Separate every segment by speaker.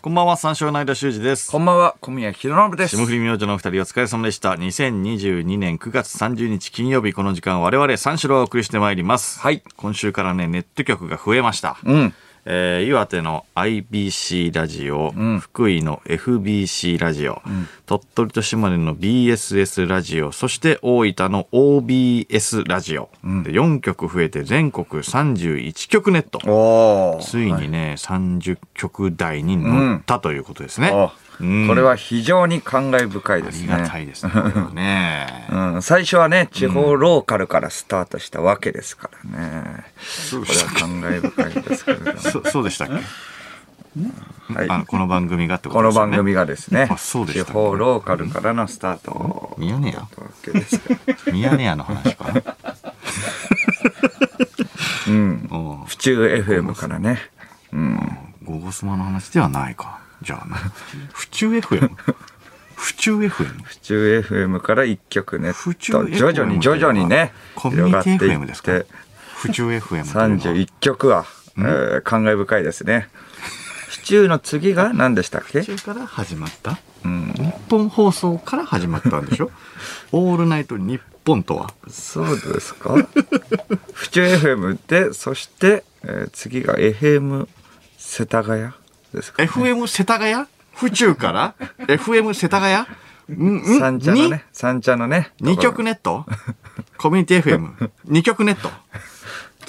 Speaker 1: こんばんは、三照の間修二です
Speaker 2: こ。んばんは、小宮弘信です。
Speaker 1: 霜降り明星のお二人お疲れ様でした。2022年9月30日金曜日、この時間我々三四郎をお送りしてまいります。
Speaker 2: はい
Speaker 1: 今週からね、ネット局が増えました。
Speaker 2: うん。
Speaker 1: えー岩手の IBC ラジオ、
Speaker 2: ん
Speaker 1: 福井の FBC ラジオ、鳥取と島根の BSS ラジオそして大分の OBS ラジオ、で4局増えて全国31局ネット
Speaker 2: おー
Speaker 1: ついにね、30局台に乗ったということですね、
Speaker 2: お
Speaker 1: うん
Speaker 2: これは非常に感慨深いで
Speaker 1: あ
Speaker 2: す
Speaker 1: り
Speaker 2: ね。
Speaker 1: がたいですねこれはね
Speaker 2: うん、最初はね、地方ローカルからスタートしたわけですからね。
Speaker 1: そう
Speaker 2: これは感慨深いですけれ ども。
Speaker 1: そそうでしたっけ、
Speaker 2: はい
Speaker 1: あのこの番組がってこ
Speaker 2: こと
Speaker 1: で
Speaker 2: の
Speaker 1: すよね
Speaker 2: 番組がですね
Speaker 1: あそう、でし
Speaker 2: 地
Speaker 1: た
Speaker 2: 方ローカルからのスタート
Speaker 1: ミヤネ屋
Speaker 2: わけですから。
Speaker 1: ミヤネ屋の話か な
Speaker 2: うん。
Speaker 1: おう
Speaker 2: 府中 FM からね。うん。
Speaker 1: ゴゴスマの話ではないか。じゃあな、府中 FM? 府中 FM?
Speaker 2: 府中 FM から一曲ね。
Speaker 1: 府中
Speaker 2: と徐々
Speaker 1: FM
Speaker 2: に徐々にね、
Speaker 1: コミュニティ
Speaker 2: 広が
Speaker 1: FM ですか
Speaker 2: っていって
Speaker 1: 府中 FM というのは。
Speaker 2: 31曲は、えー感慨深いですね。府中の次が何でしたっけ
Speaker 1: 府中から始まった
Speaker 2: うん。
Speaker 1: 日本放送から始まったん でしょオールナイト日本とは
Speaker 2: そうです か。府中 FM で、そして、えー次が FM 世田谷ですか、ね。
Speaker 1: ?FM 世田谷府中から ?FM 世田谷んん
Speaker 2: 三茶のね、三茶のね。
Speaker 1: に二曲
Speaker 2: ね。
Speaker 1: ネットコミュニティ FM。二曲ネット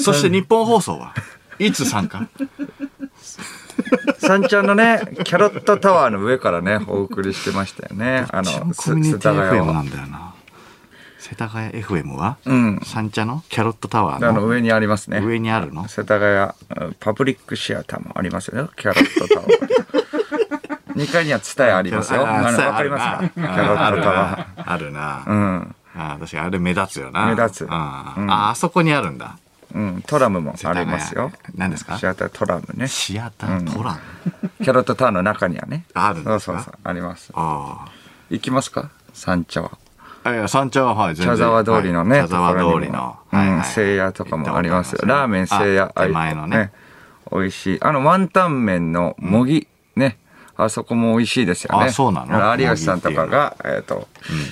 Speaker 1: そして日本放送はいつ参加
Speaker 2: 三茶のね、キャロットタワーの上からね、お送りしてました よね。あ
Speaker 1: 一
Speaker 2: の、
Speaker 1: 番コ
Speaker 2: す
Speaker 1: ミュ
Speaker 2: 世
Speaker 1: ニテ
Speaker 2: 田
Speaker 1: ィ
Speaker 2: 谷
Speaker 1: FM な
Speaker 2: は。
Speaker 1: んだよな世田谷 FM は、
Speaker 2: うん
Speaker 1: 三茶のキャロットタワ
Speaker 2: あ
Speaker 1: ー
Speaker 2: の、
Speaker 1: の
Speaker 2: 上にありますね。
Speaker 1: 上にあるの
Speaker 2: 世田谷うんパブリックシアターもありますよねキャロットタワー 2階にはツタヤありますよあのわかりますか キャロットタワ
Speaker 1: ーあるな、あ
Speaker 2: ー
Speaker 1: あ確かにあれ目立つよな
Speaker 2: 目立つ
Speaker 1: あ,、
Speaker 2: うん
Speaker 1: ああそこにあるんだ
Speaker 2: うん、うん、トラムもありますよ
Speaker 1: 世田谷何ですか
Speaker 2: シアタートラムね
Speaker 1: シアタートラン、
Speaker 2: キャロットタワーの中にはね
Speaker 1: あるんです
Speaker 2: そ
Speaker 1: か
Speaker 2: うそうそうあります
Speaker 1: あ
Speaker 2: 行きますか三茶は
Speaker 1: あいや三茶ははい全然
Speaker 2: 茶沢通りのね
Speaker 1: はい茶沢通りの
Speaker 2: ところにもうんせいやとかもありますよラーメンせいや
Speaker 1: あ手前のね
Speaker 2: 美味しいあのワンタン麺のもぎねあそこも美味しいですよね
Speaker 1: あそうなの
Speaker 2: あ有吉さんとかがえっと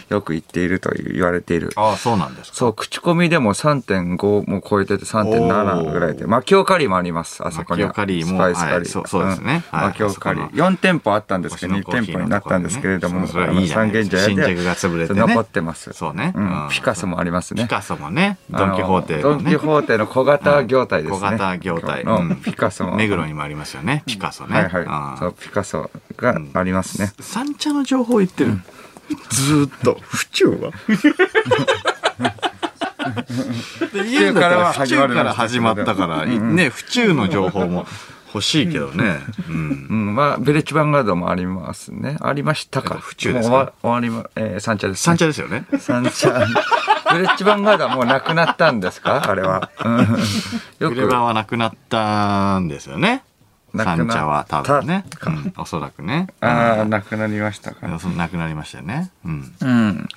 Speaker 2: よく行っているという言われている
Speaker 1: ああそうなんですか
Speaker 2: そう口コミでも3.5も超えてて3.7ぐらいで
Speaker 1: お
Speaker 2: マキオカリーもありますあそこには
Speaker 1: マキオカリーも
Speaker 2: スパイスカリー、
Speaker 1: はいそうそうですね
Speaker 2: うん
Speaker 1: はい
Speaker 2: マキオカリ
Speaker 1: あ
Speaker 2: ー
Speaker 1: そこ
Speaker 2: 4店舗あったんですけど
Speaker 1: 星の
Speaker 2: 2
Speaker 1: コーヒー
Speaker 2: 店舗
Speaker 1: の
Speaker 2: になったんですけれども
Speaker 1: ところにねそうそれはいいじゃない
Speaker 2: 三軒茶屋で
Speaker 1: 新宿が潰れてね
Speaker 2: 残ってます
Speaker 1: そうね
Speaker 2: ん
Speaker 1: うん
Speaker 2: ピカソもありますね
Speaker 1: ピカソもねドン・キホーテ
Speaker 2: あの
Speaker 1: も
Speaker 2: ドン・キ
Speaker 1: ね
Speaker 2: ホーテの小型業態ですね。
Speaker 1: 小型業態
Speaker 2: の
Speaker 1: うん
Speaker 2: ピカソも。
Speaker 1: 目黒にもありますよねピカソね、
Speaker 2: はいは
Speaker 1: あ
Speaker 2: い。
Speaker 1: あ
Speaker 2: そう、ピカソがありますね。
Speaker 1: 三茶の情報言ってる、ずーっと府中はで言うんだったら府中から始まったから、ね府中の情報も欲しいけどね、うん
Speaker 2: うん、まあ、ベレッジヴァンガードもありますね。ありましたか。
Speaker 1: 府中ですか
Speaker 2: もう終わ終わりま、えー、三茶です、
Speaker 1: 三茶ですよね
Speaker 2: 三茶。ベレッジヴァンガードはもうなくなったんですかあれは。うん
Speaker 1: グレバーはなくなったんですよね
Speaker 2: なくな
Speaker 1: 三茶は多分ね
Speaker 2: た、
Speaker 1: うんおそらくね
Speaker 2: ああ、なくなりましたか。
Speaker 1: そうなくなりましたよね、うん、
Speaker 2: うん。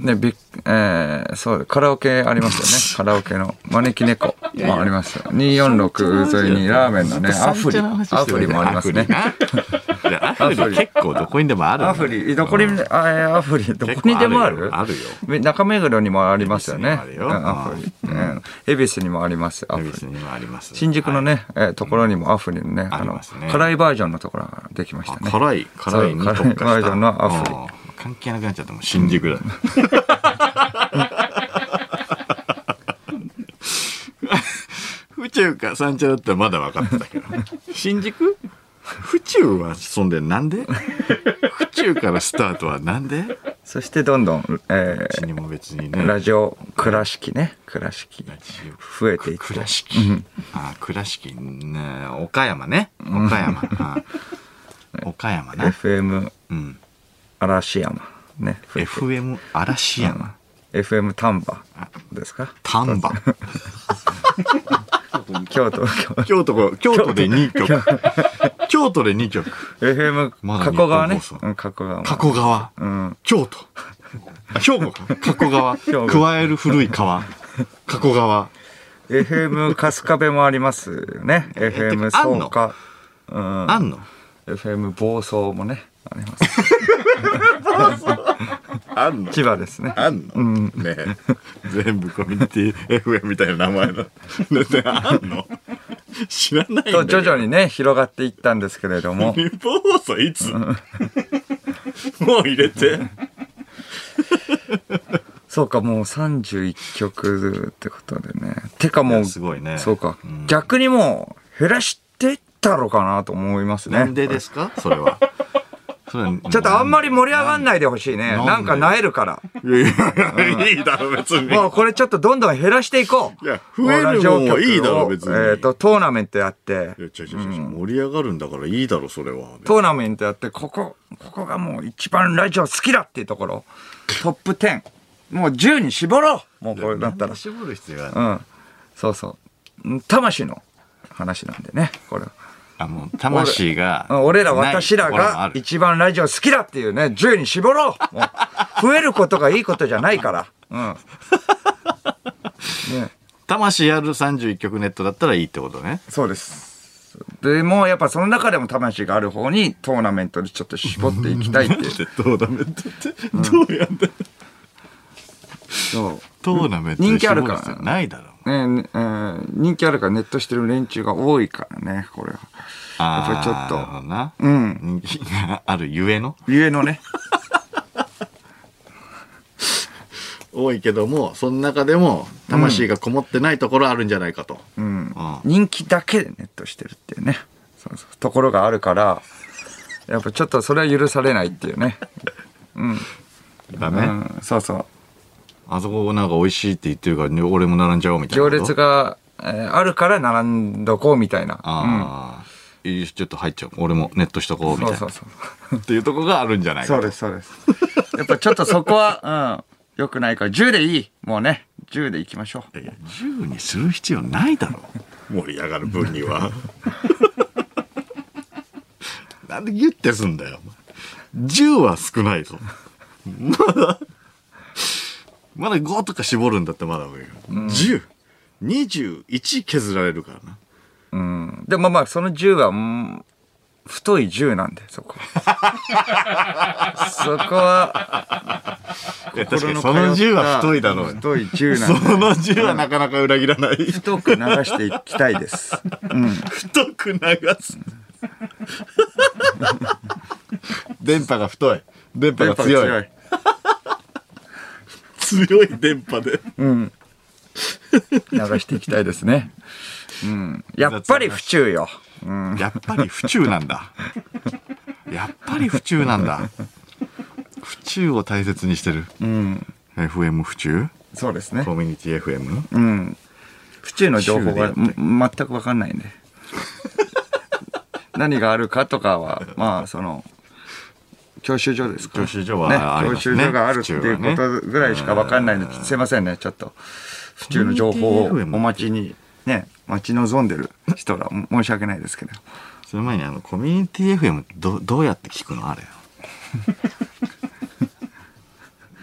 Speaker 2: ね、ビッえー、そう、カラオケあります よね。カラオケの招き猫もありますよ。246沿いにラーメンのね、アフリ、アフリもありますね。
Speaker 1: アフリなアフリ結構どこにでもあるんだよ
Speaker 2: アフリ、どこに、あえーアフリ、どこにでもある
Speaker 1: 結構あるよ
Speaker 2: め中目黒にもありますよね。
Speaker 1: 恵比寿に
Speaker 2: う
Speaker 1: もあ
Speaker 2: ん
Speaker 1: るよ
Speaker 2: アフリ。うん恵比寿にもあります、ア
Speaker 1: 恵
Speaker 2: フ
Speaker 1: 比
Speaker 2: リ。
Speaker 1: 寿にもあります
Speaker 2: 新宿の
Speaker 1: はい
Speaker 2: ね、えーところにもアフリのね、
Speaker 1: あ
Speaker 2: あ
Speaker 1: り
Speaker 2: の
Speaker 1: ますね、
Speaker 2: 辛いバージョンのところができました
Speaker 1: あ
Speaker 2: ね。
Speaker 1: 辛い辛いに特化した
Speaker 2: 辛いバージョンのアフリ
Speaker 1: あー関係なくなっちゃったもん新宿 だ府中か三茶だったらまだ分かってたけど新宿府中はそんでなんで府中からスタートはなんでう
Speaker 2: そしてどんどん、え
Speaker 1: ちにも別にね
Speaker 2: ーラジオ倉敷ね、倉敷。
Speaker 1: ラジオ
Speaker 2: 増えていって。
Speaker 1: 倉敷、あー倉敷ね岡山ね岡山、あ ー岡山な、
Speaker 2: FM
Speaker 1: うん、
Speaker 2: 嵐山ね
Speaker 1: FM 嵐山
Speaker 2: FM 丹波ですか
Speaker 1: 丹波。
Speaker 2: 京都
Speaker 1: 京都、京都で2曲。京都で2曲。
Speaker 2: FM
Speaker 1: まだ
Speaker 2: 加古川ね
Speaker 1: 日本放送
Speaker 2: うん加古川も
Speaker 1: 加古川。
Speaker 2: うん
Speaker 1: 京都。あ兵庫か。加古川。
Speaker 2: 庫
Speaker 1: 加える古い川。加古川。
Speaker 2: FM 春日部もありますよね FM
Speaker 1: あんの
Speaker 2: 草加うん
Speaker 1: あんの
Speaker 2: FM 暴走もね、あります。
Speaker 1: あんの
Speaker 2: 千葉ですね。
Speaker 1: あんの、ねえ全部コミュニティ FM みたいな名前の。ねえあんの知らないんだ
Speaker 2: と
Speaker 1: けど
Speaker 2: 徐々にね、広がっていったんですけれど も、
Speaker 1: 日本放送いつもう入れて。
Speaker 2: そうか、もう31曲ってことでね。てかも、
Speaker 1: いうやすごいね
Speaker 2: そうか、
Speaker 1: うん
Speaker 2: 逆にもう、減らしていったろかなと思いますね。
Speaker 1: なんでですかそれは。それは
Speaker 2: ちょっとあんまり盛り上がんないでほしいね。
Speaker 1: なんで
Speaker 2: なんか萎えるから。
Speaker 1: いやいや、いいだろ、別に。
Speaker 2: もうこれちょっとどんどん減らしていこう。
Speaker 1: いや増える
Speaker 2: ラジオ
Speaker 1: も
Speaker 2: 局
Speaker 1: んはいいだろ
Speaker 2: を
Speaker 1: 別に
Speaker 2: えっ、と、トーナメントやって
Speaker 1: い、や違う違う違う盛り上がるんだからいいだろ、それは。
Speaker 2: トーナメントやって、ここ、ここがもう一番ラジオ好きだっていうところ、トップ10、もう10に絞ろうもうこれだったら。
Speaker 1: 絞る必要がある。
Speaker 2: うん。そうそううん。魂の話なんでね、これ。
Speaker 1: あ、もう、魂が
Speaker 2: うん。俺ら私ら
Speaker 1: ないところもあ
Speaker 2: が
Speaker 1: る
Speaker 2: 一番ラジオ好きだっていうね、10に絞ろうもう増えることがいいことじゃないから。 うん。ね。
Speaker 1: 魂ある31曲ネットだったらいいってことね。
Speaker 2: そうです。でも、やっぱその中でも魂がある方にトーナメントでちょっと絞っていきた いっていう。
Speaker 1: でトーナメントって、どうやって、
Speaker 2: そ
Speaker 1: トーナメントで
Speaker 2: 人気あるから
Speaker 1: 絞必要ないだろ。
Speaker 2: う。ねねえー人気あるからネットしてる連中が多いからね、これは。
Speaker 1: あ
Speaker 2: やっぱりちょっと
Speaker 1: ーなるほどな。
Speaker 2: うん。
Speaker 1: 人気があるゆえの。
Speaker 2: ゆえのね。
Speaker 1: 多いけども、その中でも、魂がこもってないところあるんじゃないかと。
Speaker 2: うん
Speaker 1: ああ。
Speaker 2: 人気だけでネットしてるっていうね。そうそう。ところがあるから、やっぱちょっとそれは許されないっていうね。
Speaker 1: ダ
Speaker 2: う
Speaker 1: メ、
Speaker 2: ん。そうそう。
Speaker 1: あそこなんか美味しいって言ってるから、ね、俺も並んじゃおうみたいな
Speaker 2: 行
Speaker 1: こと。
Speaker 2: 列が、えーあるから並んどこうみたいな。
Speaker 1: ああ、いいちょっと入っちゃう。俺もネットしとこうみたいな。
Speaker 2: そうそうそう。
Speaker 1: っていうとこがあるんじゃない
Speaker 2: そ
Speaker 1: か
Speaker 2: うです、そうです。やっぱちょっとそこは、 うん、良くないから、10でいい。もうね、10でいきましょう。
Speaker 1: いや10にする必要ないだろ盛り上がる分には なんでギュッてすんだよお前10は少ないぞまだまだ5とか絞るんだってまだ上よ、1021削られるからな
Speaker 2: うん。でもまあ、その10は、うん太い10なんで、そこ は。そこは、
Speaker 1: いや確かにその10は太いだろうよ
Speaker 2: 太い10
Speaker 1: そ
Speaker 2: なんで。
Speaker 1: の10はなかなか裏切らない
Speaker 2: 太く流していきたい です。うん。
Speaker 1: 太く流す電波が太い電波が強い
Speaker 2: 電波が
Speaker 1: 強い電波で
Speaker 2: 強い。流していきたいですね。うん。やっぱり府中よ。うん。
Speaker 1: やっぱり府中なんだやっぱり府中なんだ府中を大切にしてる、FM 府中
Speaker 2: そうですね。
Speaker 1: コミュニティ FM
Speaker 2: うん。府中の情
Speaker 1: 府
Speaker 2: 報
Speaker 1: 中でや
Speaker 2: が
Speaker 1: って
Speaker 2: ん全く分かんないんで。 何があるかとかは、まあ、その、教習所ですか
Speaker 1: 教習所はあり
Speaker 2: ね。
Speaker 1: ま
Speaker 2: 教
Speaker 1: すね
Speaker 2: 習所があるっていうこ
Speaker 1: 府中はね
Speaker 2: とぐらいしか分かんないんで、すいませんね、ちょっと。府中の情報を
Speaker 1: コミュニティ FM
Speaker 2: お待ちに、ね、待ち望んでる人が申し訳ないですけど。
Speaker 1: その前にあのコミュニティ FM どどうやって聞くのあれ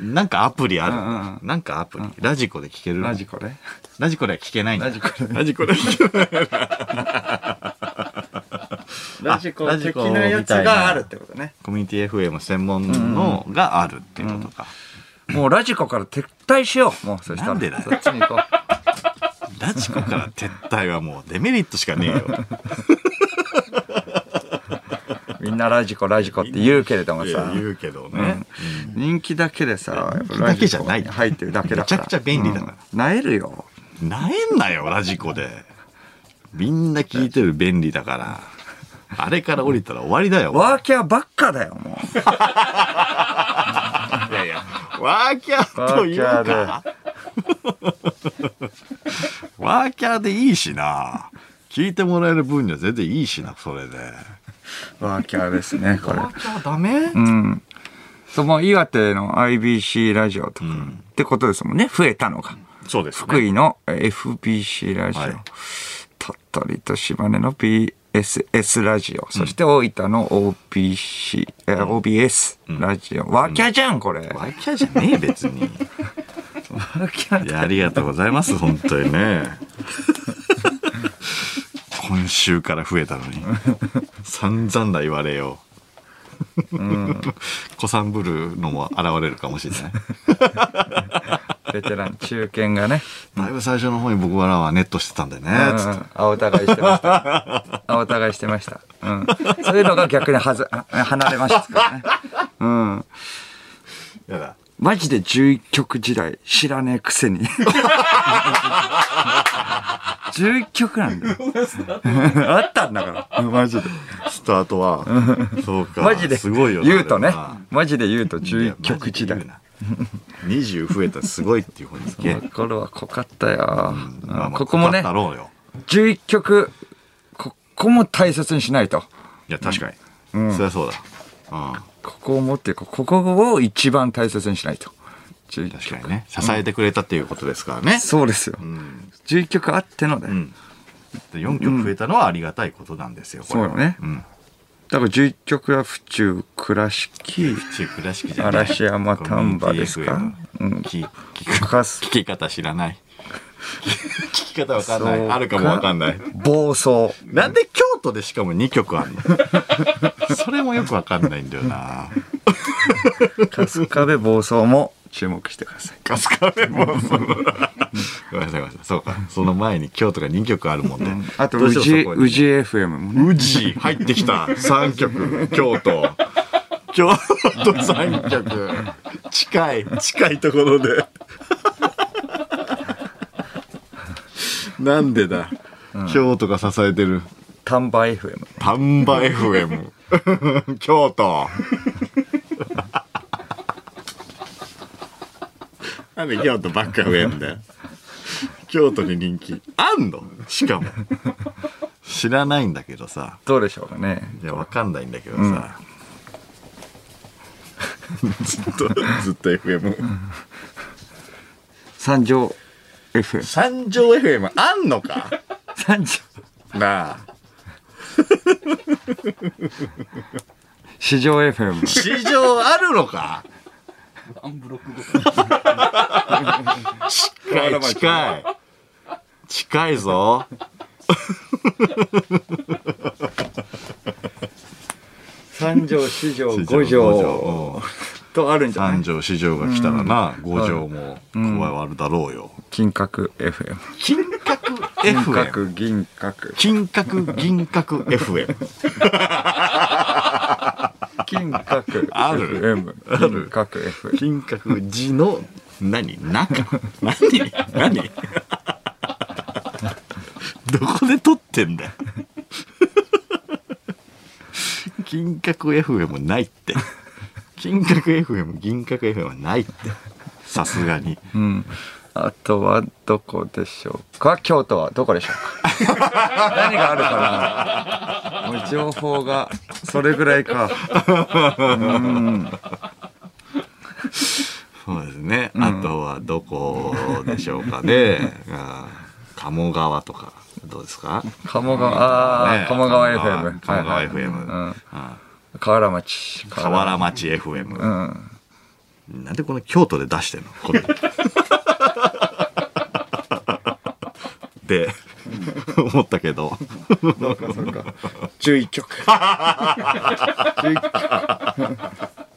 Speaker 1: なんかアプリある、
Speaker 2: うんう
Speaker 1: なんかアプリ、ラジコで聞ける
Speaker 2: ラジコね。
Speaker 1: ラジコでは聞けないんだ
Speaker 2: ラジコで
Speaker 1: ラジコでは聞けない
Speaker 2: ラジコ
Speaker 1: ラジ
Speaker 2: 的
Speaker 1: コみ
Speaker 2: な
Speaker 1: たいな
Speaker 2: やつがあるってことね。
Speaker 1: コミュニティ FM 専門のがあるっていうことか、
Speaker 2: もうラジコから撤退しよう。もう、そしたら。
Speaker 1: なんでだよ
Speaker 2: そっちに行こう。
Speaker 1: ラジコから撤退はもうデメリットしかねえよ
Speaker 2: みんなラジコラジコって言うけれども
Speaker 1: いや
Speaker 2: さ、
Speaker 1: 言うけどね、
Speaker 2: 人気だけでさ、やっぱ
Speaker 1: だけじゃない
Speaker 2: ラジコに入ってるだけだか
Speaker 1: めちゃ
Speaker 2: ら。
Speaker 1: くちゃ便利だから
Speaker 2: うん。なえるよ。
Speaker 1: なえんなよラジコでみんな聞いてる便利だからあれから降りたら終わりだよ
Speaker 2: ワーキャーばっかだよ、もう。
Speaker 1: いやいやワーキャーという
Speaker 2: ワーキ
Speaker 1: かワーキャーでいいしな聞いてもらえる分には全然いいしなそれで
Speaker 2: ワーキャーですね、これ。
Speaker 1: キャーダメ、
Speaker 2: うん。そう、もう岩手の IBC ラジオとか、ってことですもんね、増えたのが。
Speaker 1: そうです、ね、
Speaker 2: 福井のえ FBC ラジオ、
Speaker 1: はい
Speaker 2: 鳥取と島根の BSS ラジオ、そして大分の OBC、え OBS ラジオ。ワーキャーじゃん、これ。
Speaker 1: ワーキャーじゃねえ別に
Speaker 2: ワーキャー
Speaker 1: いやありがとうございます本当にねコ今週から増えたのに散々な言われよう、子さんぶるのも現れるかもしれ ない
Speaker 2: ベテラン、中堅が ね、
Speaker 1: だいぶ最初の方に僕らはネットしてたんだよね、
Speaker 2: うん
Speaker 1: つって
Speaker 2: 青たがいしてま した。青たがいしてました。うん。そういうのが逆にはず、は離れましたからね。うん。
Speaker 1: やだ
Speaker 2: マジで11曲時代知らねえくせ に。11曲なんだよ。 あったんだから。 マジで。
Speaker 1: スタートはそうか
Speaker 2: マジで。
Speaker 1: すごいよな
Speaker 2: 言うとね
Speaker 1: でもな。
Speaker 2: マジで言うと
Speaker 1: いや
Speaker 2: 11曲時代。
Speaker 1: マジで言うな20増えたらすごいっていう方に行け、
Speaker 2: この頃は濃かったよ。
Speaker 1: まあまあ
Speaker 2: ここもね
Speaker 1: だっ、たろうよ
Speaker 2: 11曲、ここも大切にしないと。
Speaker 1: いや確かに、
Speaker 2: ん
Speaker 1: そりゃそうだ、うん、
Speaker 2: ここを持って、ここを一番大切にしないと。11
Speaker 1: 確かにね支えてくれたっていうことですからね、
Speaker 2: そうですよ。11曲あってのね。
Speaker 1: うん、で4曲増えたのはありがたいことなんですよ、こ
Speaker 2: そう
Speaker 1: れ
Speaker 2: よね。
Speaker 1: うん
Speaker 2: だから11曲は府中、倉敷、
Speaker 1: 中倉敷じゃない
Speaker 2: 嵐山丹波ですか。うん。
Speaker 1: 聞き
Speaker 2: かす
Speaker 1: 聞き方知らない 聞き方わかんな
Speaker 2: そう
Speaker 1: い
Speaker 2: か
Speaker 1: あるかもわかんない
Speaker 2: 暴走。
Speaker 1: なんで京都でしかも2曲あんの それもよくわかんないんだよな
Speaker 2: 春日部暴走も注目してください。
Speaker 1: カスカベ もそのごめんなさいごめんなさいそうかその前に京都が2曲あるもんね
Speaker 2: あと、
Speaker 1: どう
Speaker 2: 宇
Speaker 1: しようそこ
Speaker 2: 治、
Speaker 1: に
Speaker 2: 宇治 FM もね。
Speaker 1: 宇治入ってきた3曲京都京都3曲近い近いところでなんでだ、京都が支えてる
Speaker 2: 丹波 FM。
Speaker 1: 丹波 FM 京都なんで京都ばっか増えんだよ京都に人気あんのし かも知らないんだけどさ
Speaker 2: どうでしょうかね。
Speaker 1: いやわかんないんだけどさ、 ずっとずっと FM
Speaker 2: 三条 FM。
Speaker 1: 三条 FM あんのか
Speaker 2: 三条。
Speaker 1: なあ
Speaker 2: 四条 FM。
Speaker 1: 市場あるのか
Speaker 3: アンブロック
Speaker 1: 近い近い近いぞ
Speaker 2: 三条、四条、五
Speaker 1: 五
Speaker 2: 条
Speaker 1: 条
Speaker 2: とあるんじゃない
Speaker 1: 三条市場が来たらな、五条も加わるだろうよ、
Speaker 2: 金閣 FM。
Speaker 1: 金閣
Speaker 2: 金
Speaker 1: FM
Speaker 2: 閣、銀閣。
Speaker 1: 金閣銀閣 FM
Speaker 2: 金閣 FM。
Speaker 1: ある
Speaker 2: 金閣 FM。
Speaker 1: 金閣寺の何中何何 どこで撮ってんだよ金閣 FM ないって金閣 FM 銀閣 FM はないってさすがに
Speaker 2: うん。あとはどこでしょうか京都はどこでしょうか何があるかなもう情報がそれぐらいか。
Speaker 1: そうですね、あとはどこでしょうかねあー鴨川とかどうですか
Speaker 2: 鴨川、ああ、
Speaker 1: ね
Speaker 2: 鴨川
Speaker 1: 鴨
Speaker 2: FM。
Speaker 1: 川
Speaker 2: はいはい
Speaker 1: FM
Speaker 2: うん
Speaker 1: あ
Speaker 2: 河原町。
Speaker 1: ー河原町 FM、
Speaker 2: うん。
Speaker 1: なんでこの京都で出してんのこ れで思ったけど
Speaker 2: そうかそうか。11曲。11曲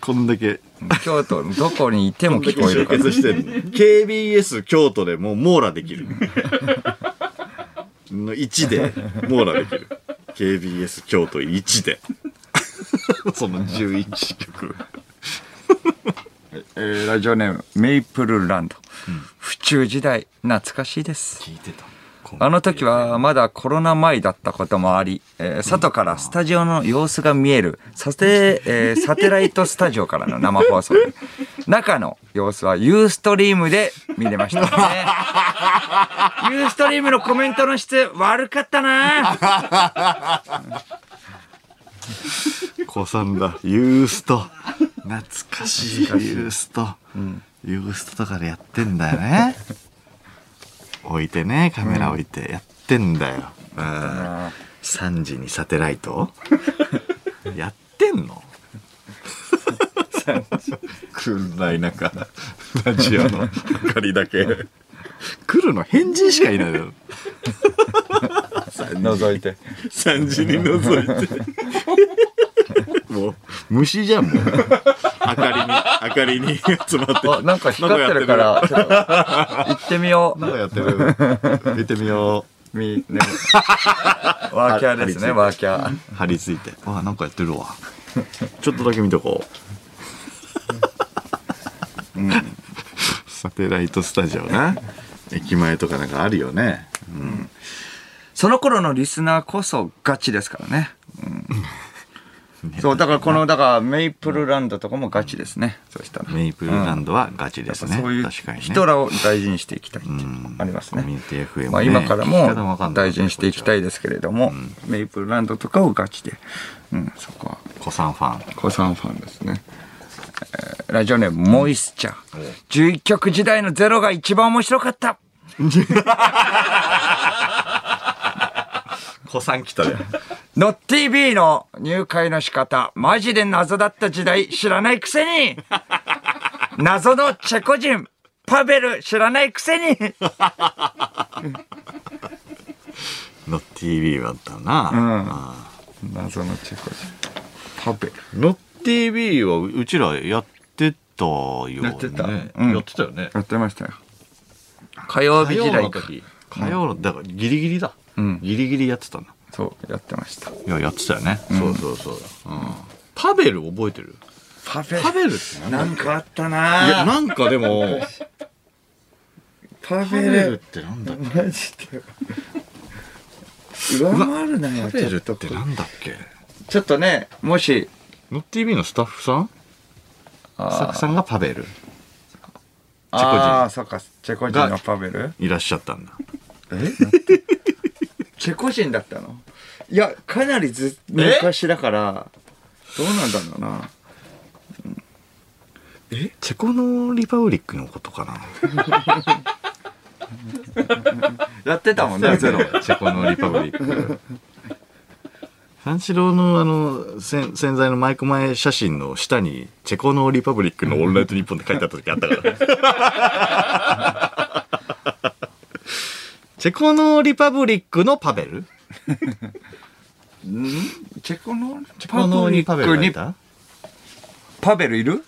Speaker 1: こんだけ
Speaker 2: 京都のどこにいても聞こえるから。
Speaker 1: してんの KBS 京都でもう網羅できるの1で網羅できる KBS 京都1で その11曲
Speaker 2: えーラジオネーム、メイプルランド。府中時代、懐かしいです。
Speaker 1: 聞いてた
Speaker 2: あの時はまだコロナ前だったこともあり、えー外からスタジオの様子が見えるサテ,、えーサテライトスタジオからの生放送で中の様子はユーストリームで見れましたね。 ユーストリームのコメントの質悪かったな
Speaker 1: 子さんだユースト懐かしいユースト、ユーストとかでやってんだよね置いてねカメラ置いてやってんだよ、うん、3時にサテライトやってんの暗い中ラジオの明かりだけ。来るの変人しかいないだろ。
Speaker 2: 覗いて。
Speaker 1: 3時に覗いて。もう、虫じゃん、もう。明かりに、明かりに集まって。
Speaker 2: あ、なんか光ってるから、ちょっと行ってみよう。
Speaker 1: なんかやってる。なんかやってる。見てみよ
Speaker 2: み、ね、 ワーキャーですね、
Speaker 1: あ
Speaker 2: ワーキャー。
Speaker 1: う。張り付いて。わあ、なんかやってるわ。ちょっとだけ見とこう。サテライトスタジオな。駅前とかなんかあるよね。
Speaker 2: その頃のリスナーこそガチですからね。うんそう、だからこの、だからメイプルランドとかもガチですね。そうしたら。
Speaker 1: メイプルランドはガチですね。
Speaker 2: そういう
Speaker 1: 確かにね。
Speaker 2: 人らを大事にしていきたいっていうのもありますね。
Speaker 1: コミュニティ FM
Speaker 2: まあ
Speaker 1: ね
Speaker 2: 今から
Speaker 1: 聞き方もわか
Speaker 2: も
Speaker 1: んない
Speaker 2: 大事にしていきたいですけれども、メイプルランドとかをガチで、うん、そこは
Speaker 1: 子さんファン。
Speaker 2: 子さんファンですね。えーラジオネーム、モイスチャー。11曲時代のゼロが一番面白かった。
Speaker 1: 子さん来たで。
Speaker 2: ノッティ B の入会の仕方、マジで謎だった時代知らないくせに 謎のチェコ人、パベル知らないくせに
Speaker 1: の TV だったな。
Speaker 2: 謎のチェコ人、パベル。
Speaker 1: ノッ TV はうちらやってたよね。
Speaker 2: やってたうん
Speaker 1: やってたよね。
Speaker 2: やってましたよ。火曜日時代か。
Speaker 1: 火曜の、だからギリギリだ。
Speaker 2: ん
Speaker 1: ギリギリやってたな。
Speaker 2: そう、やってました。
Speaker 1: いや、やってたよね。そうそうそう。うんパベル覚えてる
Speaker 2: パベル
Speaker 1: パベルって何
Speaker 2: なんかあった
Speaker 1: いや、
Speaker 2: なぁ
Speaker 1: なんかでも、パ
Speaker 2: パベ
Speaker 1: ベルっ
Speaker 2: ル、
Speaker 1: てなんだっ
Speaker 2: マジで。上回るな
Speaker 1: け
Speaker 2: よ、
Speaker 1: パ
Speaker 2: ち
Speaker 1: ベ
Speaker 2: ょ
Speaker 1: ル
Speaker 2: っと
Speaker 1: ってなんだっけ
Speaker 2: ちょっとね、もし、
Speaker 1: ノッ TV のスタッフさんスタッフさんがパベル
Speaker 2: あ
Speaker 1: チェコ人
Speaker 2: あー、そうか、チェコ人のパベル
Speaker 1: いらっしゃったんだ。
Speaker 2: えチェコ人だったのいやかなりず昔だからどうなんだろうな
Speaker 1: えチェコのリパブリックのことかな
Speaker 2: やってたもんね
Speaker 1: ゼロ、チェコのリパブリック。三四郎のあの、洗洗剤のマイク前写真の下に、チェコのリパブリックのオールナイトニッポンって書いてあった時あったから。 チェコのリパブリックのパベル
Speaker 2: チェコの
Speaker 1: チェコのリパベルがい
Speaker 2: パ
Speaker 1: た
Speaker 2: ベルいる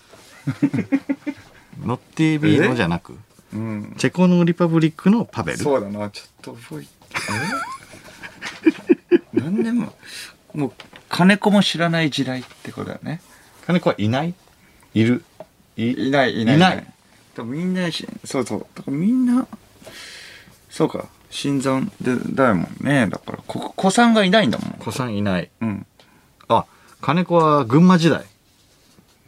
Speaker 1: ノッティビーのじゃなく、
Speaker 2: うん
Speaker 1: チェコのリパブリックのパベル。
Speaker 2: そうだなちょっと覚えてえ何年ももう金子も知らない時代ってことだよね
Speaker 1: 金子はいないいる。い
Speaker 2: いないいない
Speaker 1: いない
Speaker 2: でもみんなしそうそうだからみんなそうか新参でだもんねだからこ子さんがいないんだもん
Speaker 1: 子さんいない。
Speaker 2: うん
Speaker 1: あ、金子は群馬時代。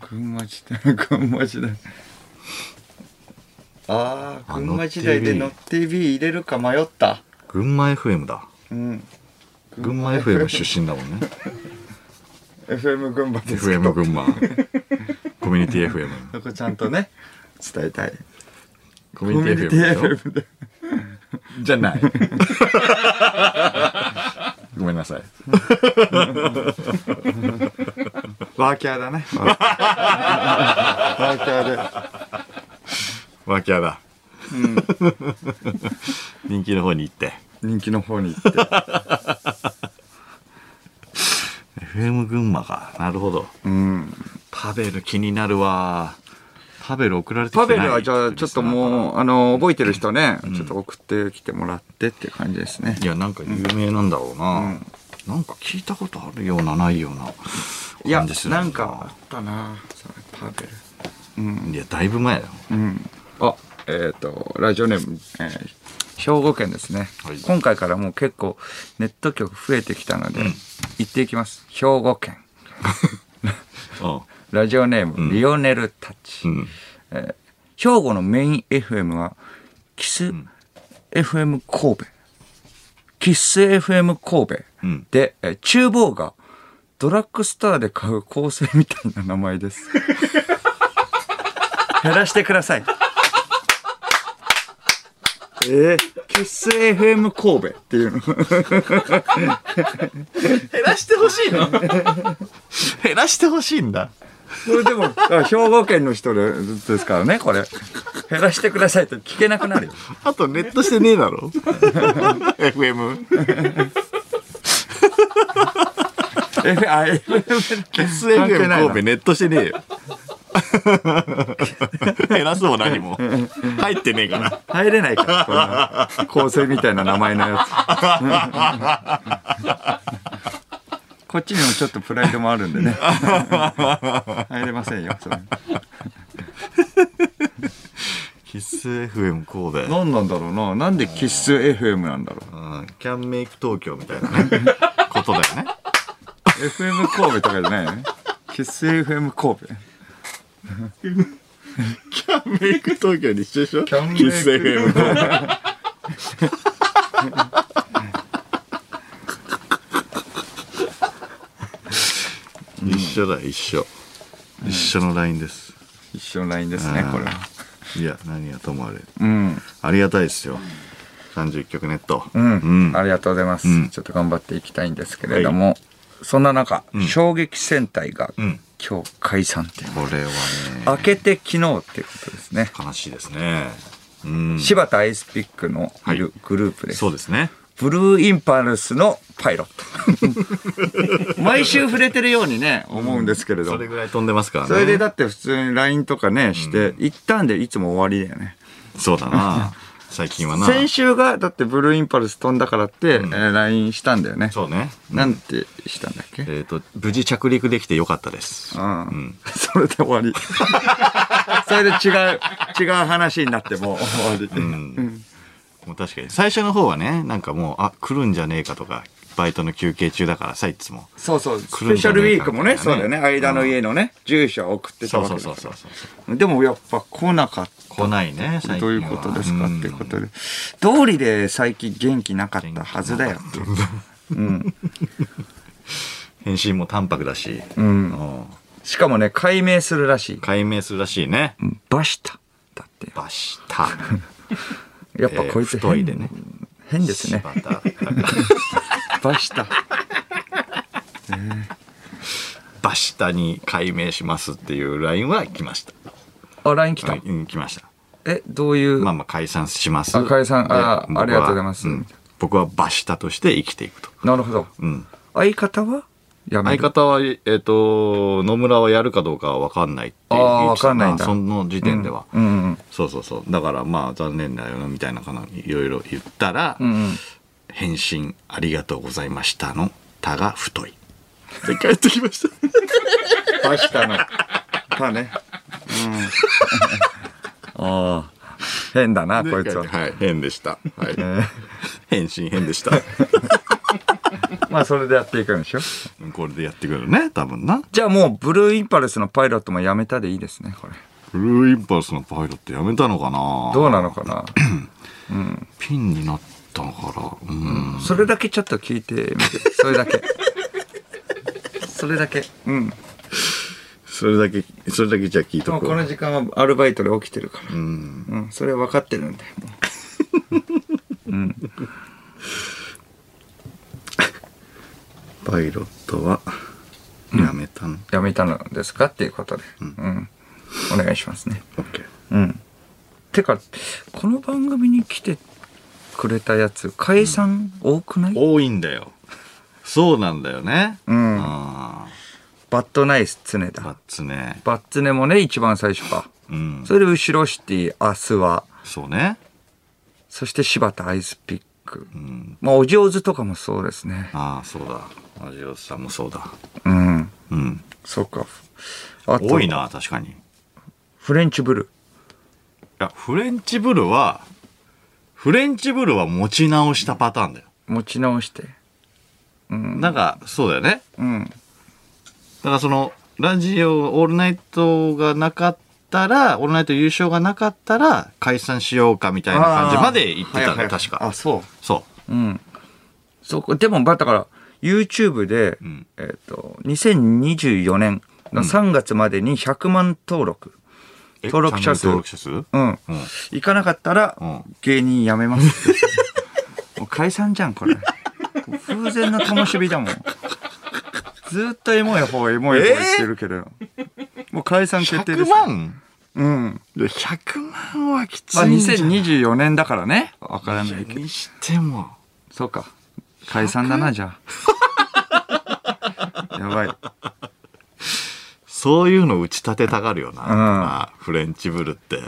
Speaker 2: 群馬時代 群馬時代ああ
Speaker 1: あ
Speaker 2: 群馬時代で乗
Speaker 1: 乗
Speaker 2: っ
Speaker 1: って
Speaker 2: B 入れるか迷った
Speaker 1: 群馬 FM だ。
Speaker 2: うん
Speaker 1: 群馬 FM 出身だもん ね。
Speaker 2: FM 群馬ですけ
Speaker 1: FM
Speaker 2: ど
Speaker 1: 群馬。コミュニティ FM。
Speaker 2: そこちゃんとね伝えたい
Speaker 1: コ
Speaker 2: コ
Speaker 1: ミュニティ FM でし
Speaker 2: FM で
Speaker 1: ょじゃない。 ごめんなさい。
Speaker 2: ワーキャーだねワーキャー
Speaker 1: ワーキャーだ。人気の方に行って。
Speaker 2: で人気の方に行って
Speaker 1: FM 群馬か。なるほど。
Speaker 2: うん
Speaker 1: パベル気になるわ。パベル送られてき
Speaker 2: パ
Speaker 1: てない
Speaker 2: ベルはじゃあちょっともうあの覚えてる人ね、ちょっと送ってきてもらってっていう感じですね
Speaker 1: いや、なんか有名なんだろうな。なんか聞いたことあるような、ないような。
Speaker 2: いや
Speaker 1: 感じする
Speaker 2: なんかあったなそれパベル
Speaker 1: いや、だいぶ前だよ。
Speaker 2: うん、あえっ、とラジオネーム、えー兵庫県ですね、
Speaker 1: はい
Speaker 2: 今回からもう結構ネット局増えてきたので、行っていきます兵庫県ラジオネーム、リオネルタッチ、
Speaker 1: うん。
Speaker 2: えー兵庫のメイン FM はキス、FM 神戸キス FM 神戸、
Speaker 1: うん
Speaker 2: で、えー厨房がドラッグストアで買う香水みたいな名前です 減らしてくださいえー、キス FM 神戸っていうの
Speaker 1: 減らしてほしいの減らしてほしいんだ。
Speaker 2: これでも、 あ兵庫県の人でですからね、これ。減らしてくださいと聞けなくなる よ。
Speaker 1: あとネットしてねえだ ろ FM
Speaker 2: F- あ F-
Speaker 1: SFM
Speaker 2: 係ないな
Speaker 1: 神戸ネットしてねえよ 減らすも何も入ってねえ から
Speaker 2: 入れないから、こんな構成みたいな名前のや つ。こっちにもちょっとプライドもあるんでね。入れませんよ、それ。
Speaker 1: キス FM 神戸
Speaker 2: 何なんだろうな。なんでキッス FM なんだろう。
Speaker 1: うんキャンメイク東京みたいなね ことだよね
Speaker 2: FM 神戸とかじゃないよね。キッス FM 神戸。
Speaker 1: キャンメイク東京に一緒でしょキ
Speaker 2: ャンメイク
Speaker 1: FM 神戸一緒だ一緒一緒のラインです
Speaker 2: 一緒のラインですね、これは。
Speaker 1: いや何やともあれ
Speaker 2: うん。
Speaker 1: ありがたいですよ31曲ネット
Speaker 2: うん、
Speaker 1: うん
Speaker 2: ありがとうございます、
Speaker 1: うん
Speaker 2: ちょっと頑張っていきたいんですけれども、そんな中、衝撃戦隊が
Speaker 1: ん
Speaker 2: 今日解散って、
Speaker 1: これはね
Speaker 2: 明けて昨日っていうことですね、
Speaker 1: 悲しいですねうん
Speaker 2: 柴田アイスピックのいるグループです、
Speaker 1: そうですね
Speaker 2: ブルーインパルスのパイロット毎週触れてるようにね思うんですけれど、
Speaker 1: それぐらい飛んでますからね
Speaker 2: それでだって普通に LINE とかねして、一旦でいつも終わりだよね
Speaker 1: そうだな最近はな
Speaker 2: 先週がだってブルーインパルス飛んだからって、えー LINE したんだよね
Speaker 1: そうね
Speaker 2: なんてしたんだっけ
Speaker 1: えっ、と無事着陸できてよかったです
Speaker 2: うん、それで終わり。それで違う、違う話になってもう終わり。
Speaker 1: もう確かに最初の方はねなんかもうあ来るんじゃねえかとかバイトの休憩中だからさいつも
Speaker 2: そうそう、ス
Speaker 1: 来るん
Speaker 2: ペ
Speaker 1: じ
Speaker 2: シ
Speaker 1: ゃ
Speaker 2: ャルウ
Speaker 1: ねえ
Speaker 2: ィ
Speaker 1: か
Speaker 2: ークもね、
Speaker 1: みたい
Speaker 2: そう
Speaker 1: なね
Speaker 2: だよね、間の家のね、住所を送ってた
Speaker 1: そう
Speaker 2: わけ
Speaker 1: そう
Speaker 2: です
Speaker 1: そ
Speaker 2: か
Speaker 1: うそうそう
Speaker 2: ら。でもやっぱ来なかっ
Speaker 1: 来ないね最
Speaker 2: た。
Speaker 1: 近は
Speaker 2: どういうことですかっていうこ
Speaker 1: うん
Speaker 2: とで。道理で最近元気なかったはずだよっていう。うん。
Speaker 1: 返信も淡白だし、
Speaker 2: うん。
Speaker 1: うん
Speaker 2: しかもね、解明するらしい。
Speaker 1: 解明するらしいね
Speaker 2: バシタ。だって。
Speaker 1: バシタ
Speaker 2: やっぱこいつ
Speaker 1: えー太い
Speaker 2: 変
Speaker 1: でね。
Speaker 2: 変ですね。
Speaker 1: 柴田
Speaker 2: バシタ。
Speaker 1: バシタに解明しますっていうラインは来ました
Speaker 2: あ、LINE 来た
Speaker 1: はい。うん来ました
Speaker 2: え、どういう
Speaker 1: まあまあ解散します。
Speaker 2: あ解散あ
Speaker 1: で僕は
Speaker 2: ありがとうございます
Speaker 1: ん僕はバシタとして生きていくと。
Speaker 2: なるほど。
Speaker 1: うん。
Speaker 2: 相方はやめ
Speaker 1: 相
Speaker 2: る
Speaker 1: 方は、えっ、と、野村はやるかどうかは分かんないって言
Speaker 2: あー
Speaker 1: ってた
Speaker 2: 分かんないんだ
Speaker 1: その時点では。
Speaker 2: うんうん
Speaker 1: そうそうそう。だからまあ残念だよなみたいなかな、いろいろ言ったら、
Speaker 2: うんうん
Speaker 1: 返信ありがとうございましたの、たが太い。で帰ってきました。
Speaker 2: 明日のかね うんああ変だなこいつは
Speaker 1: はい、変でした。はい。
Speaker 2: え
Speaker 1: 返信変で した。
Speaker 2: ーまあそれでやっていくんでしょ
Speaker 1: これでやってくるね、多分な。
Speaker 2: じゃあもうブルーインパルスのパイロットもやめたでいいですねこれ
Speaker 1: ブルーインパルスのパイロットやめたのかな
Speaker 2: どうなのかな
Speaker 1: ピンになったから、うん。
Speaker 2: それだけちょっと聞いてみてそれだ けそれだけうんで
Speaker 1: それだけ、それだけじゃ聞いと
Speaker 2: も
Speaker 1: く
Speaker 2: こ
Speaker 1: わ
Speaker 2: の時間はアルバイトで起きてるから
Speaker 1: うん。
Speaker 2: うん、それは分かってるんだよ。うん、
Speaker 1: パイロットは、やめたの。
Speaker 2: やめたのですかっていうことで、うん、お願いしますね。
Speaker 1: オッケー。
Speaker 2: うん。てか、この番組に来てくれたやつ、解散多くない、
Speaker 1: 多いんだよ。そうなんだよね。
Speaker 2: うん
Speaker 1: あ
Speaker 2: バッドナイス常
Speaker 1: あ。バッ
Speaker 2: 田。
Speaker 1: ツね。
Speaker 2: バッツネもね、一番最初か。
Speaker 1: うん。
Speaker 2: それで、後ろシティ、アスワ、
Speaker 1: そうね。
Speaker 2: そして柴田アイスピック。
Speaker 1: うん。
Speaker 2: まあ、お上手とかもそうですね。
Speaker 1: ああ、そうだ。アジオスさんもそうだ。
Speaker 2: うん。
Speaker 1: うん。
Speaker 2: そうか。あと、
Speaker 1: 多いな、確かに。い
Speaker 2: フレンチブルー。
Speaker 1: や、フレンチブルは、フレンチブルは持ち直したパターンだよ。
Speaker 2: 持ち直して。うん。
Speaker 1: なんか、そうだよね。
Speaker 2: うん。
Speaker 1: だからそのラジオ「オールナイト」がなかったら「オールナイト」優勝がなかったら解散しようかみたいな感じまで言ってた
Speaker 2: あー
Speaker 1: ん
Speaker 2: は
Speaker 1: だ
Speaker 2: いはい
Speaker 1: 確
Speaker 2: あ
Speaker 1: か
Speaker 2: そ
Speaker 1: そう
Speaker 2: うんそこでもまあだから YouTube で、
Speaker 1: う、うん、
Speaker 2: えっと2024年の3月までに100万登録
Speaker 1: え
Speaker 2: 登録者数
Speaker 1: チャンネル登録者数うん
Speaker 2: うん、行かなかったら、
Speaker 1: うん
Speaker 2: 芸人辞めますもう解散じゃんこれ風前の灯火だもんずーっとエモい方エモい方言ってるけど、もう解散決定で
Speaker 1: 100
Speaker 2: す。
Speaker 1: 万
Speaker 2: うん。
Speaker 1: いや ?100 万はきつ
Speaker 2: まあ、
Speaker 1: いんじゃない
Speaker 2: 2024年だからね。わからないけど。
Speaker 1: にしても。
Speaker 2: そうか。解散だな、じゃ あ。やばい。
Speaker 1: そういうの打ち立てたがるよな。
Speaker 2: ん
Speaker 1: まあフレンチブルって。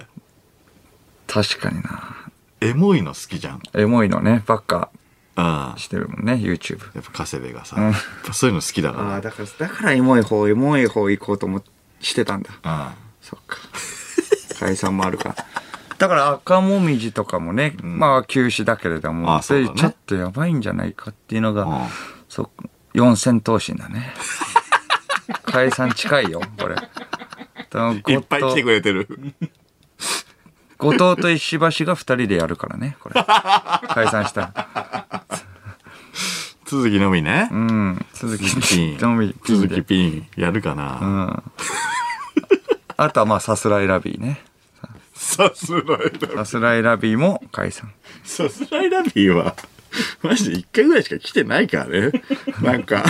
Speaker 2: 確かにな。
Speaker 1: エモいの好きじゃん。うん。
Speaker 2: エモいのね、ばっか
Speaker 1: や
Speaker 2: してるもんね、YouTube。
Speaker 1: っぱ加瀬部がさ、
Speaker 2: うん
Speaker 1: やっぱそういうの好きだ
Speaker 2: ああ、
Speaker 1: か
Speaker 2: だから、だからエモい方、エモい方行こうと思してたんだ。
Speaker 1: ら。うん。
Speaker 2: そっか。解散もあるから。だから赤もみじとかもね、
Speaker 1: うん
Speaker 2: まあ休止だけれども、
Speaker 1: あそうだね
Speaker 2: でちょっとやばいんじゃないかっていうのが、
Speaker 1: うん
Speaker 2: そ四千頭身だね。解散近いよ、こ れ。
Speaker 1: いっぱい来てく
Speaker 2: れ。
Speaker 1: れてる。
Speaker 2: 後藤と石橋が二人でやるからね、これ。解散したら。
Speaker 1: 続きのみね
Speaker 2: う。ん。鈴木
Speaker 1: ピン。
Speaker 2: のみ、ピン
Speaker 1: 続
Speaker 2: で
Speaker 1: きピン。やるか
Speaker 2: う
Speaker 1: な。
Speaker 2: ん。あとはまあ、さすらいラビーね。
Speaker 1: さすらいラビー。
Speaker 2: さすらいラビーも解散。
Speaker 1: さすらいラビーは、マジで一回ぐらいしか来てないからね。なんか、あ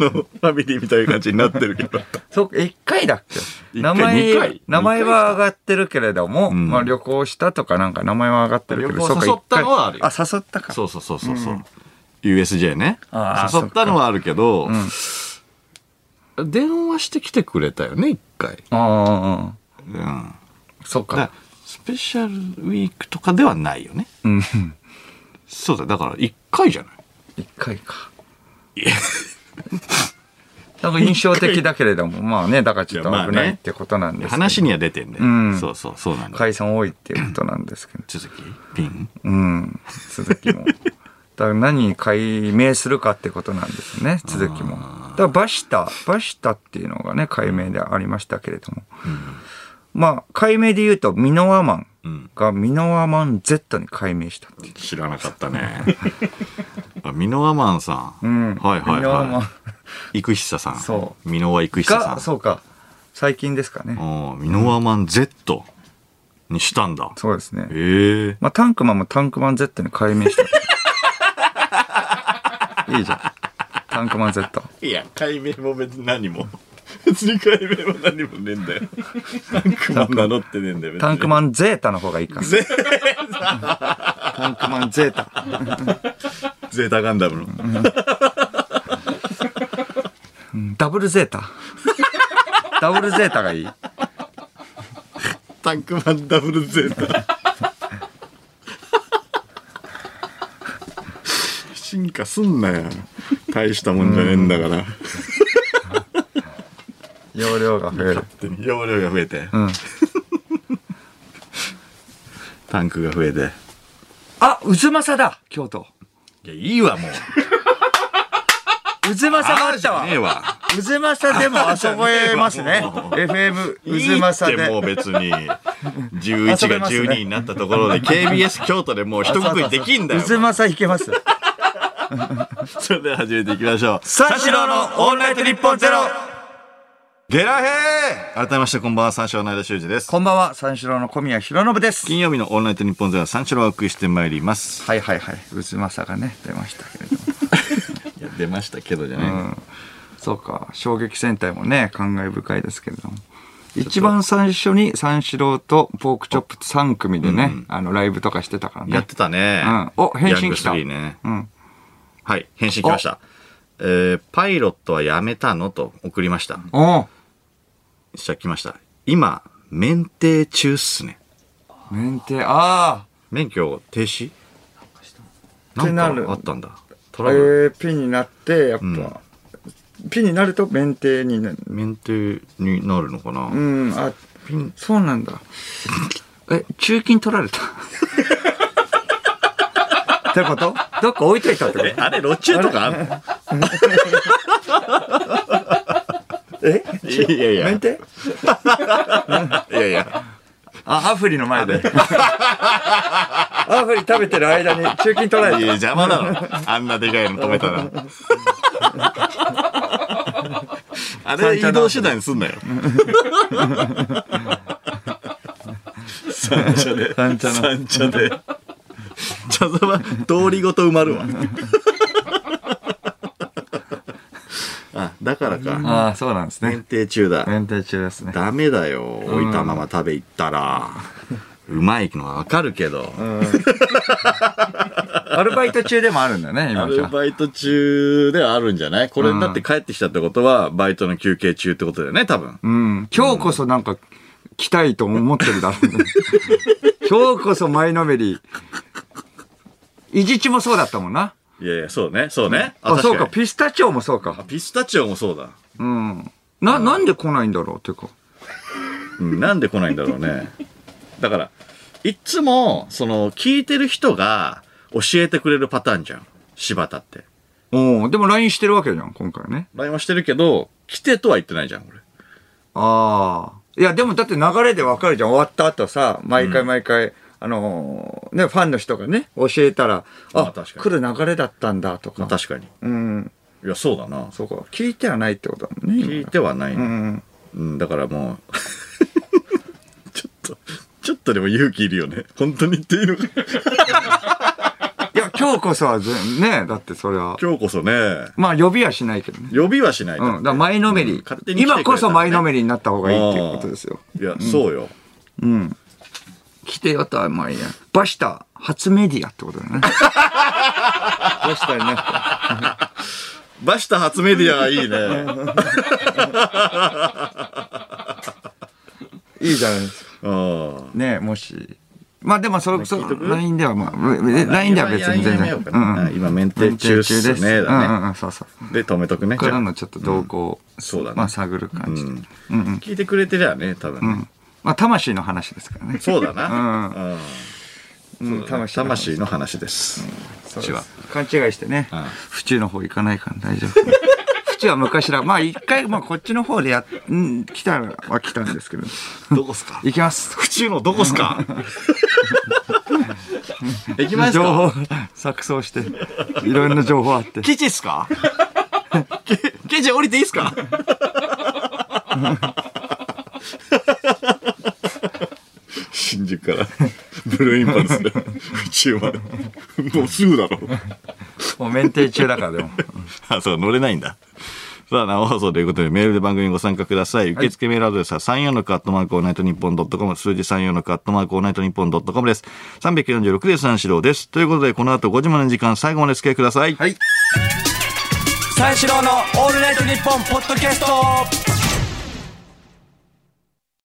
Speaker 1: の、ファミリーみたいな感じになってるけど。
Speaker 2: そうか、1回だっけ
Speaker 1: 一回二
Speaker 2: 名
Speaker 1: 回
Speaker 2: 前、名前
Speaker 1: 二回し
Speaker 2: は上がってるけれども、
Speaker 1: ん
Speaker 2: まあ旅行したとかなんか名前は上がってるけ
Speaker 1: 旅
Speaker 2: ど、
Speaker 1: 行
Speaker 2: そうか
Speaker 1: 誘ったのはあるよ
Speaker 2: 一回あ、誘ったか。
Speaker 1: そうそうそうそうそう。USJ ね。
Speaker 2: あー
Speaker 1: 誘ったのはあるけど、電話してきてくれたよね、一回。
Speaker 2: ああ、
Speaker 1: うん。だか
Speaker 2: そう
Speaker 1: ら
Speaker 2: か。
Speaker 1: スペシャルウィークとかではないよね。
Speaker 2: うん。
Speaker 1: そうだ、だから一回じゃない
Speaker 2: 一回か。なんか印象的だけれども、まあね、だからちょっと
Speaker 1: いやまあ
Speaker 2: 危
Speaker 1: ね
Speaker 2: ないってことなんですけど。
Speaker 1: 話には出てんだよ。
Speaker 2: うん
Speaker 1: そうそう、そうなんだよ。
Speaker 2: 解散多いっていうことなんですけど。
Speaker 1: 続きピン
Speaker 2: うん。鈴木も。だから何に解明するかってことなんですね、鈴木も。だからバシタ、バシタっていうのがね、解明でありましたけれども。まあ、解明で言うと、ミノワマン
Speaker 1: うん。
Speaker 2: がミノワマン Z に解明したっていう。
Speaker 1: 知らなかったね。あ、ミノワマンさん。
Speaker 2: うん
Speaker 1: はいはい
Speaker 2: ミノワマン
Speaker 1: はい。生久さん。。
Speaker 2: そう
Speaker 1: ミノワ生久さ
Speaker 2: が、
Speaker 1: ん。
Speaker 2: そうか、最近ですかね。
Speaker 1: おーミノワマン Z にしたんだ。
Speaker 2: そうですね。
Speaker 1: ええ
Speaker 2: まあ、タンクマンもタンクマン Z に解明 した。いいじゃん。タンクマン Z。
Speaker 1: いや、解明も別に何も。別に解明も何もねえんだよ。タンクマン名乗ってねえんだよ。
Speaker 2: タンク
Speaker 1: ン。
Speaker 2: マンゼータの方がいいか。
Speaker 1: ゼ
Speaker 2: タンクマンゼータ。
Speaker 1: ゼータガンダムの。
Speaker 2: ダブルゼータ。ダブルゼータがいい。
Speaker 1: タンクマンダブルゼータ。進化すんなよ。大したもんじゃねえんだから。
Speaker 2: 容量が増える。
Speaker 1: 容量が増えて、
Speaker 2: うん。
Speaker 1: タンクが増えて。
Speaker 2: あ、渦政だ京都。
Speaker 1: いや、いいわ、もう。
Speaker 2: 渦政があったわ。
Speaker 1: ねえわ。
Speaker 2: 渦政でも遊べますね。FM 渦政
Speaker 1: いいってもう
Speaker 2: で。
Speaker 1: 別に、11が12になったとこ ろで、KBS 京都でもう一括りできんだよ。
Speaker 2: 渦政弾けます。
Speaker 1: それでは始めていきましょう。
Speaker 2: 三四郎のオールナイト日本ゼロ。
Speaker 1: ゲラヘー改めましてこんばんは、三四郎の間修二です。
Speaker 2: こんばんは、三四郎の小宮弘信です。
Speaker 1: 金曜日のオンラインと日本では三四郎をお送りしてまいります。
Speaker 2: はいはいはい。渦政がね、出ましたけれども。
Speaker 1: いや、出ましたけどじゃない、
Speaker 2: うんそうか衝撃戦隊もね感慨深いですけれども一番最初に三四郎とポークチョップ3組でね、あのライブとかしてたからね
Speaker 1: やってたね。
Speaker 2: うんお返信来た
Speaker 1: ヤングスリーね。
Speaker 2: うん
Speaker 1: はい、返信来ました。えー、パイロットはやめたのと送りました。
Speaker 2: おう
Speaker 1: した来ました。今、免停中っすね。
Speaker 2: 免停あ
Speaker 1: 免許停止
Speaker 2: って
Speaker 1: な
Speaker 2: なんる
Speaker 1: かあったんだ。ト
Speaker 2: あ
Speaker 1: ラブル。
Speaker 2: ピンになってやっぱ、ピンになると免停になる
Speaker 1: 免停になるのかな、
Speaker 2: うんあそうなんだえ中金取られたってことどっか置いといたってこと
Speaker 1: あれ、路中とかあんの
Speaker 2: え
Speaker 1: いやいやいや。
Speaker 2: 免停
Speaker 1: いやいや。
Speaker 2: あ、アフリの前で。 アフリ食べてる間に中金取ら
Speaker 1: いや
Speaker 2: れ
Speaker 1: 邪魔だろ。あんなでかいの止めたら。あれ移動手段にすんなよ。三茶で。
Speaker 2: 三茶の
Speaker 1: 三茶で。茶座は通りごと埋まるわ。あ、だからか。
Speaker 2: ああ、そうなんですね
Speaker 1: 限。定中だ。
Speaker 2: 連帯中ですね。
Speaker 1: ダメだよ。置いたまま食べ行ったら。うまいのはわかるけど。
Speaker 2: アルバイト中でもあるんだね、
Speaker 1: ア
Speaker 2: 今じ
Speaker 1: ル
Speaker 2: ゃ。
Speaker 1: バイト中ではあるんじゃないこれ
Speaker 2: うん
Speaker 1: だって帰ってきたってことは、バイトの休憩中ってことだよね、多分。
Speaker 2: うん。今日こそなんか、来たいと思ってるだろう ね。今日こそ前のめり。いじちもそうだったもんな。
Speaker 1: いやいや、そうね、そうね。
Speaker 2: あ、そうか、
Speaker 1: ピ
Speaker 2: ピスタチオもそうか。
Speaker 1: ピスタチオもそうだ。
Speaker 2: うん。な、なんで来ないんだろうっていうか。
Speaker 1: うんなんで来ないんだろうね。 だから、いっつも、その、聞いてる人が教えてくれるパターンじゃん。柴田って。
Speaker 2: おおでも LINE してるわけじゃん、今回ね。
Speaker 1: LINE はしてるけど、来てとは言ってないじゃん、俺。
Speaker 2: ああ。いや、でもだって流れでわかるじゃん。終わった後さ、毎回毎回、あのーね、ファンの人がね、教えたら、あ、
Speaker 1: まあ確か
Speaker 2: 来る流れだったんだとか。
Speaker 1: まあ確かに。
Speaker 2: うん。
Speaker 1: いや、そうだな。
Speaker 2: そうか。聞いてはないってことだもんね。
Speaker 1: 聞いてはない、
Speaker 2: う
Speaker 1: ね
Speaker 2: ん。
Speaker 1: うん、だからもう ちょっとちょっとでも勇気いるよね本当に言っていいのか
Speaker 2: いや、今日こそはぜ、ね、だってそれは。
Speaker 1: 今日こそね
Speaker 2: まあ、呼びはしないけどね。
Speaker 1: 呼びはしない
Speaker 2: うん。だから前のめり、
Speaker 1: うん勝手に来てくれたらね
Speaker 2: 今こそ前のめりになった方がいいっていうことですよ。
Speaker 1: いや、そうよ
Speaker 2: うん。来てよとはまあいいや。バシタ、初メディアってことだね。バシタになった。
Speaker 1: バシタ初メディアはいいね
Speaker 2: いいじゃないですか。
Speaker 1: うん
Speaker 2: ねもし。まあでもそれ、そ
Speaker 1: 聞いとく
Speaker 2: LINE ではまあ、え LINE では別に全
Speaker 1: 今
Speaker 2: 然。
Speaker 1: やめよう
Speaker 2: う
Speaker 1: か
Speaker 2: ん
Speaker 1: な
Speaker 2: うん。
Speaker 1: 今メンテ中っすね
Speaker 2: うんう
Speaker 1: だ
Speaker 2: ん
Speaker 1: ね
Speaker 2: うん、そうそう。こ
Speaker 1: で止めとくね
Speaker 2: こからのちょっと動向を、
Speaker 1: そうだね
Speaker 2: まあ探る感じで。
Speaker 1: う
Speaker 2: うんんうん。
Speaker 1: 聞いてくれてりゃね多分ね、
Speaker 2: うんまあ魂の話ですからね。
Speaker 1: そうだな、
Speaker 2: うん
Speaker 1: うん
Speaker 2: うん
Speaker 1: 魂
Speaker 2: の話
Speaker 1: の話です、
Speaker 2: そう
Speaker 1: ち
Speaker 2: で
Speaker 1: は
Speaker 2: す勘違いしてね、
Speaker 1: うん
Speaker 2: 府中の方行かないから大丈夫。 府中は昔ら、まあ一回、まあこっちの方でやっ、ん来たらは来たんですけど、
Speaker 1: どこっすか
Speaker 2: 行きます。
Speaker 1: 府中のどこっすか駅前っす
Speaker 2: 情
Speaker 1: か
Speaker 2: 報、錯綜して、いろんな情報あって。
Speaker 1: ケチっすか ケケチ降りていいっすか新宿からブルーインパルスで府中までもうすぐだろ
Speaker 2: もう免停中だからでも。
Speaker 1: あそう乗れないんださあ生放送ということでメールで番組にご参加ください受付メールアドレスは34のカットマークオールナイトニッポンドットコム数字34のカットマークオールナイトニッポンドットコムです346で三四郎ですということでこの後5時までの時間最後までお付き合いください
Speaker 2: はい。
Speaker 4: 三四郎の「オールナイトニッポン」ポッドキャスト